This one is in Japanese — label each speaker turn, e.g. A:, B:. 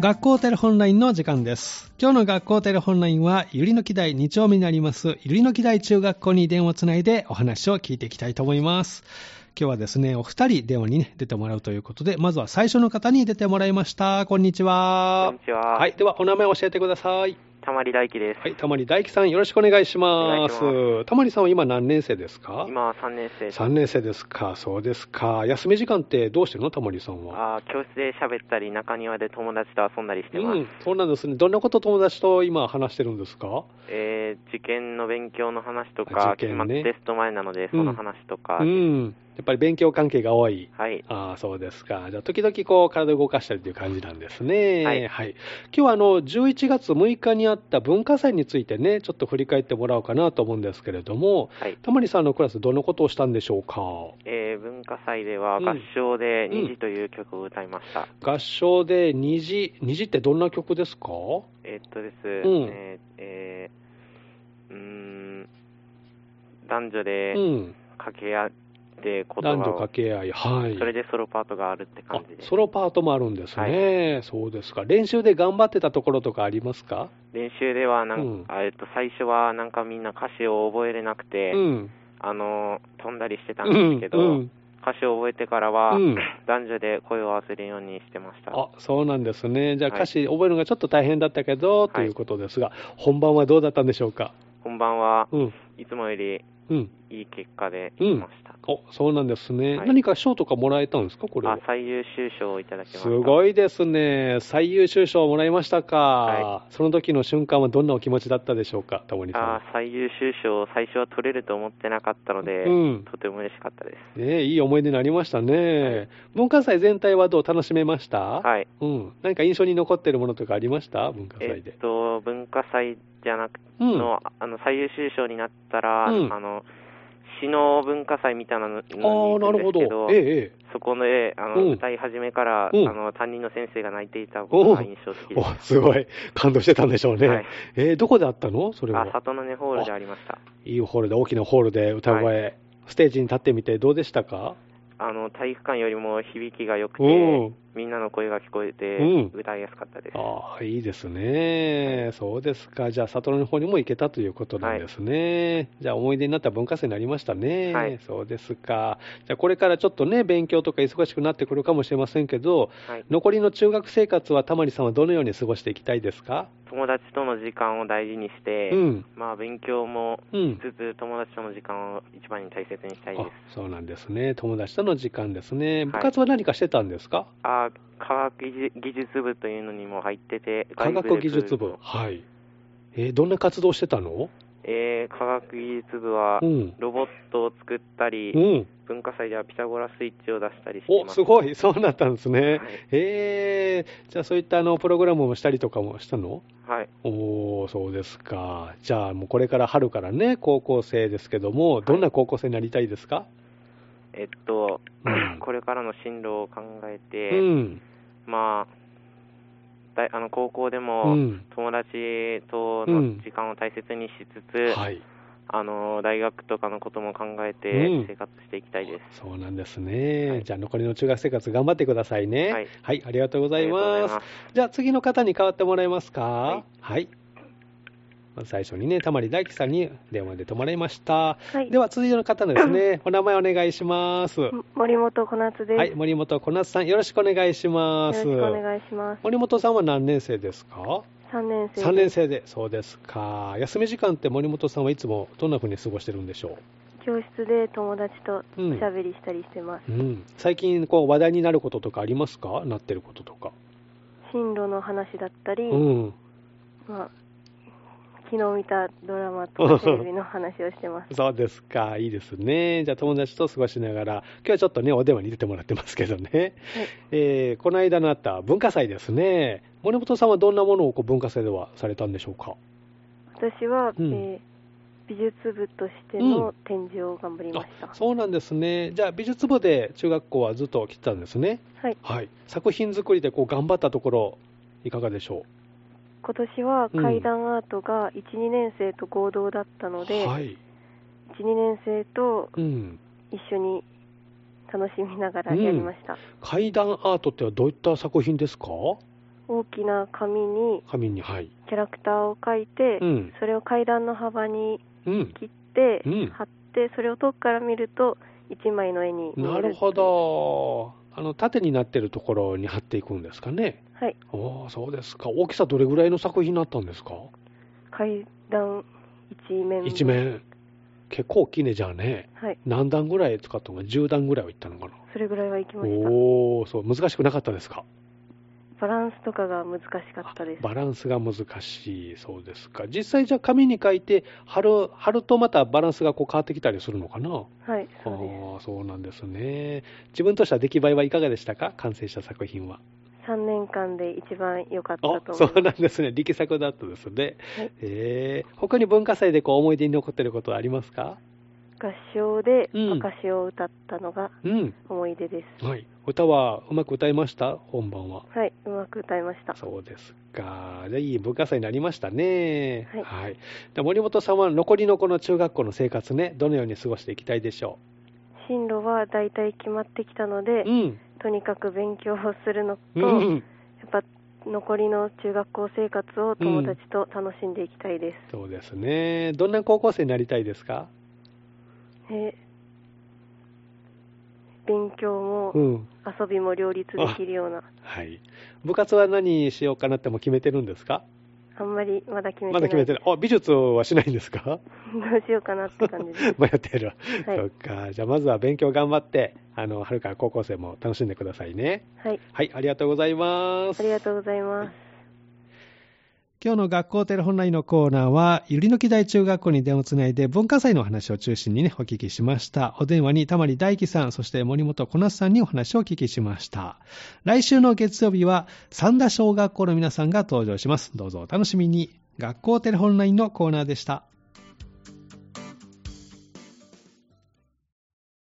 A: 学校テレホンラインの時間です。今日の学校テレホンラインは、ゆりの木台2丁目になります、ゆりの木台中学校に電話をつないでお話を聞いていきたいと思います。今日はですね、お二人電話に、ね、出てもらうということで、まずは最初の方に出てもらいました。こんにちは。
B: こんにちは。
A: はい、ではお名前を教えてください。
B: たまり大輝です。
A: はい、たまり大輝さん、よろしくお願いします。
B: お
A: たまりさんは今何年生ですか
B: 今3年生です。
A: 3年生ですか、そうですか。休み時間ってどうしてるの、たまりさんは。
B: あー教室で喋ったり、中庭で友達と遊んだりして
A: う
B: ます。
A: ん、そうなんですね。どんなこと友達と今話してるんですか
B: えー受験の勉強の話とか、
A: あ受験ね
B: 期末テスト前なので、その話とか、
A: うん。やっぱり勉強関係が多い。
B: はい。
A: ああ、そうですか。じゃあ、時々こう、体を動かしたりという感じなんですね。
B: はい
A: 今日はあの、11月6日にあった文化祭についてね、ちょっと振り返ってもらおうかなと思うんですけれども、
B: はい。
A: たまりさんのクラス、どんなことをしたんでしょうか
B: えー文化祭では
A: うん
B: 合唱で
A: うん
B: 虹という曲を歌いました。
A: 合唱で虹、虹ってどんな曲ですか
B: えーっとです、
A: うん
B: えーえーうーん、男女で
A: うん。
B: 掛け合って言葉
A: 男女
B: を
A: 掛、け合い。はい。
B: それでソロパートがあるって
A: あ
B: 感じです
A: ソ。ロパートもあるんですね、そうですか、練習で頑張ってたところとかありますか、
B: 練習ではなんか、
A: うん
B: あえっと、最初はなんかみんな歌詞を覚えれなくて、
A: うん、
B: あの飛んだりしてたんですけど、
A: うん
B: 歌詞を覚えてからは、
A: うん
B: 男女で声を合わせるようにしてました
A: あそうなんですね、じゃあ、
B: はい
A: 歌詞覚えるのがちょっと大変だったけど、
B: い
A: ということですが、本番はどうだったんでしょうか、
B: 本番は
A: うん、
B: いつもより
A: うん、
B: いい結果でいきました、
A: おそうなんですね、
B: はい
A: 何か賞とかもらえたんですか、これは
B: あ最優秀賞をいただきました
A: すごいですね、最優秀賞をもらいましたか、
B: は
A: その時の瞬間はどんなお気持ちだったでしょうか、タモリさん。
B: あ最優秀賞を最初は取れると思ってなかったので、
A: うん
B: とても嬉しかったです
A: ねえ、いい思い出になりましたね、文化祭全体はどう楽しめました、
B: はい
A: うん、何か印象に残ってるものとかありました文化
B: え
A: 祭で
B: っ。と文化祭じゃなく
A: うん
B: の,、あの最優秀賞になったら、
A: うん
B: あの市の文化祭みたいなのに
A: ああ、
B: 行
A: な
B: くん
A: る
B: で
A: ほ
B: す
A: ど
B: けど。
A: ええ、ええ。
B: そこであの、
A: うん
B: 歌い始めから、
A: うん
B: あの担任の先生が泣いていたことが印象的 で
A: お
B: す。
A: すごい。感動してたんでしょうね。
B: はい
A: ええどこであったのそれ
B: あ
A: は。
B: 里の根ホールでありました。
A: いいホールで、大きなホールで歌声、ステージに立ってみてどうでしたか
B: あの体育館よりも響きが良くて、
A: うん
B: みんなの声が聞こえて、
A: うん
B: 歌いやすかったです。
A: ああ、いいですね。そうですか。じゃあ、里の方にも行けたということなんですね。じゃあ、思い出になった文化祭になりましたね。
B: はい
A: そうですか。じゃあ、これからちょっとね、勉強とか忙しくなってくるかもしれませんけど、
B: はい、
A: 残りの中学生活は、たまりさんはどのように過ごしていきたいですか、
B: 友達との時間を大事にして、
A: うん。
B: まあ、勉強も
A: うん。
B: しつつ友達との時間を一番に大切にしたいです
A: あ。そうなんですね、友達との時間ですね、
B: い
A: 部活は何かしてたんですか、
B: あ科学技術技術部というのにも入ってて、
A: 科学技術部、はいえーどんな活動してたの、
B: えー科学技術部は
A: うん、
B: ロボットを作ったり、
A: うん、
B: 文化祭ではピタゴラスイッチを出したりしてい
A: お
B: ます。
A: すごい、 そうなったんですね、
B: はい
A: えー、じゃあ、そういったあのプログラムもしたりとかもしたの
B: はい。
A: おー、そうですか、じゃあ、もうこれから春からね、高校生ですけども、どんな高校生になりたいですか、
B: えっと、
A: うん
B: これからの進路を考えて、
A: うん、
B: まあ、だいあの高校で
A: う
B: も
A: ん、
B: 友達と
A: うん
B: の時間を大切にしつつ、
A: はい。
B: あの大学とかのことも考え
A: うん
B: て生活していきたいです。
A: そうなんですね、
B: はい
A: じゃあ残りの中学生活頑張ってくださいね
B: はい
A: ありがとうござ
B: あ
A: い
B: りがとうご
A: ま
B: ざい
A: す
B: ます。
A: じゃあ次の方に代わってもらえますかはい
B: い、
A: まず最初にねたまり大輝さんに電話で止まれました、
C: はい
A: では続いての方です ねお名前お願いします
C: も森本小夏です。
A: はい森本小夏さんよろしくお願いし
C: よろ
A: ま
C: し
A: す
C: くお願いします。
A: 森本さんは何年生ですか
C: 三年生。
A: 3年生でそうですか休み時間って森本さんはいつもどんな風に過ごしてるんでしょ
C: 教室で友達と
A: う、うん
C: おしゃべりしたりしてます。
A: うん、最近こう話題になることとかありますかなってることとか、
C: 進路の話だったり、
A: うん、
C: まあ昨日見たドラマとかテレビの話をしてます。
A: そうですか、いいですね。じゃあ友達と過ごしながら、今日はちょっとね、お電話に出てもらってますけどね。
C: はい
A: えーこの間のあった文化祭ですね。森本さんはどんなものをこう文化祭ではされたんでしょうか
C: 私は、
A: うん
C: えー美術部として
A: うん
C: の展示を頑張りました。
A: あそうなんですね。じゃあ美術部で中学校はずっと来てたんですね。
C: はい。
A: はい。作品作りでこう頑張ったところ、いかがでしょ
C: 今年は
A: うん
C: 階段アートが1、2年生と合同だった
A: う
C: ので、
A: はい。
C: 1、2年生と
A: うん。
C: 一緒に楽しみながらやりました。
A: 階段アートってはどういった作品ですか
C: え大きな紙に
A: 紙に、はい。
C: キャラクターを書いて、
A: うん
C: それを階段の幅に
A: うん。
C: 切って、
A: うん
C: 貼ってそれを遠くから見ると一枚の絵に見える
A: なるほど。あの、縦になってるところに貼っていくんですかね。
C: はい
A: おお、そうですか。大きさどれぐらいの作品になったんですか
C: 階段一面
A: 一面。結構大きいね、じゃあね。
C: はい
A: 何段ぐらい使ったのか、10段ぐらいはいったのかな。
C: それぐらいは行きました
A: おお、そう、難しくなかったですか
C: バランスとかが難しかったです
A: バランスが難しい、そうですか。実際じゃあ紙に書いて貼る、貼るとまたバランスがこう変わってきたりするのかな
C: はい
A: あ
C: そうで
A: あ、そうなんですね。自分としては出来栄えはいかがでしたか完成した作品は。
C: す3年間で一番良かったと思い
A: あ
C: ます
A: そうなんですね。力作だったですね。
C: はい
A: えー、他に文化祭でこう思い出に残ってることはありますか
C: 合唱で
A: うん
C: 証を歌ったのが
A: うん。
C: 思い出です、
A: はい。歌はうまく歌いました本番は。
C: はい、うまく歌いました
A: そうですか。じゃあいい文化祭になりましたね。
C: はい
A: はい。じゃあ森本さんは残りのこの中学校の生活ね、どのように過ごしていきたいでしょ
C: 進路は大体決まってきたの
A: う
C: で、
A: うん。
C: とにかく勉強をするのと、
A: う
C: やっ
A: ん。
C: ぱ残りの中学校生活を友達と楽しんでいきたいです、
A: そうですね。どんな高校生になりたいですか
C: え勉強も
A: うん。
C: 遊びも両立できるような
A: はい。部活は何しようかなっても決めてるんですか
C: あんまりまだ決めてない
A: まだ決めてない。あ、美術はしないんですか
C: どうしようかなって感じです
A: 迷ってる。
C: はい
A: そっか。じゃあまずは勉強頑張って、あの、春から高校生も楽しんでくださいね。
C: はい
A: はい、ありがとうございます。
C: ありがとうございます、
A: 今日の学校テレホンラインのコーナーは、ゆりのき台中学校に電話をつないで文化祭のお話を中心にね、お聞きしました。お電話に玉利大輝さん、そして森本小夏さんにお話をお聞きしました。来週の月曜日は、三田小学校の皆さんが登場します。どうぞお楽しみに。学校テレホンラインのコーナーでした。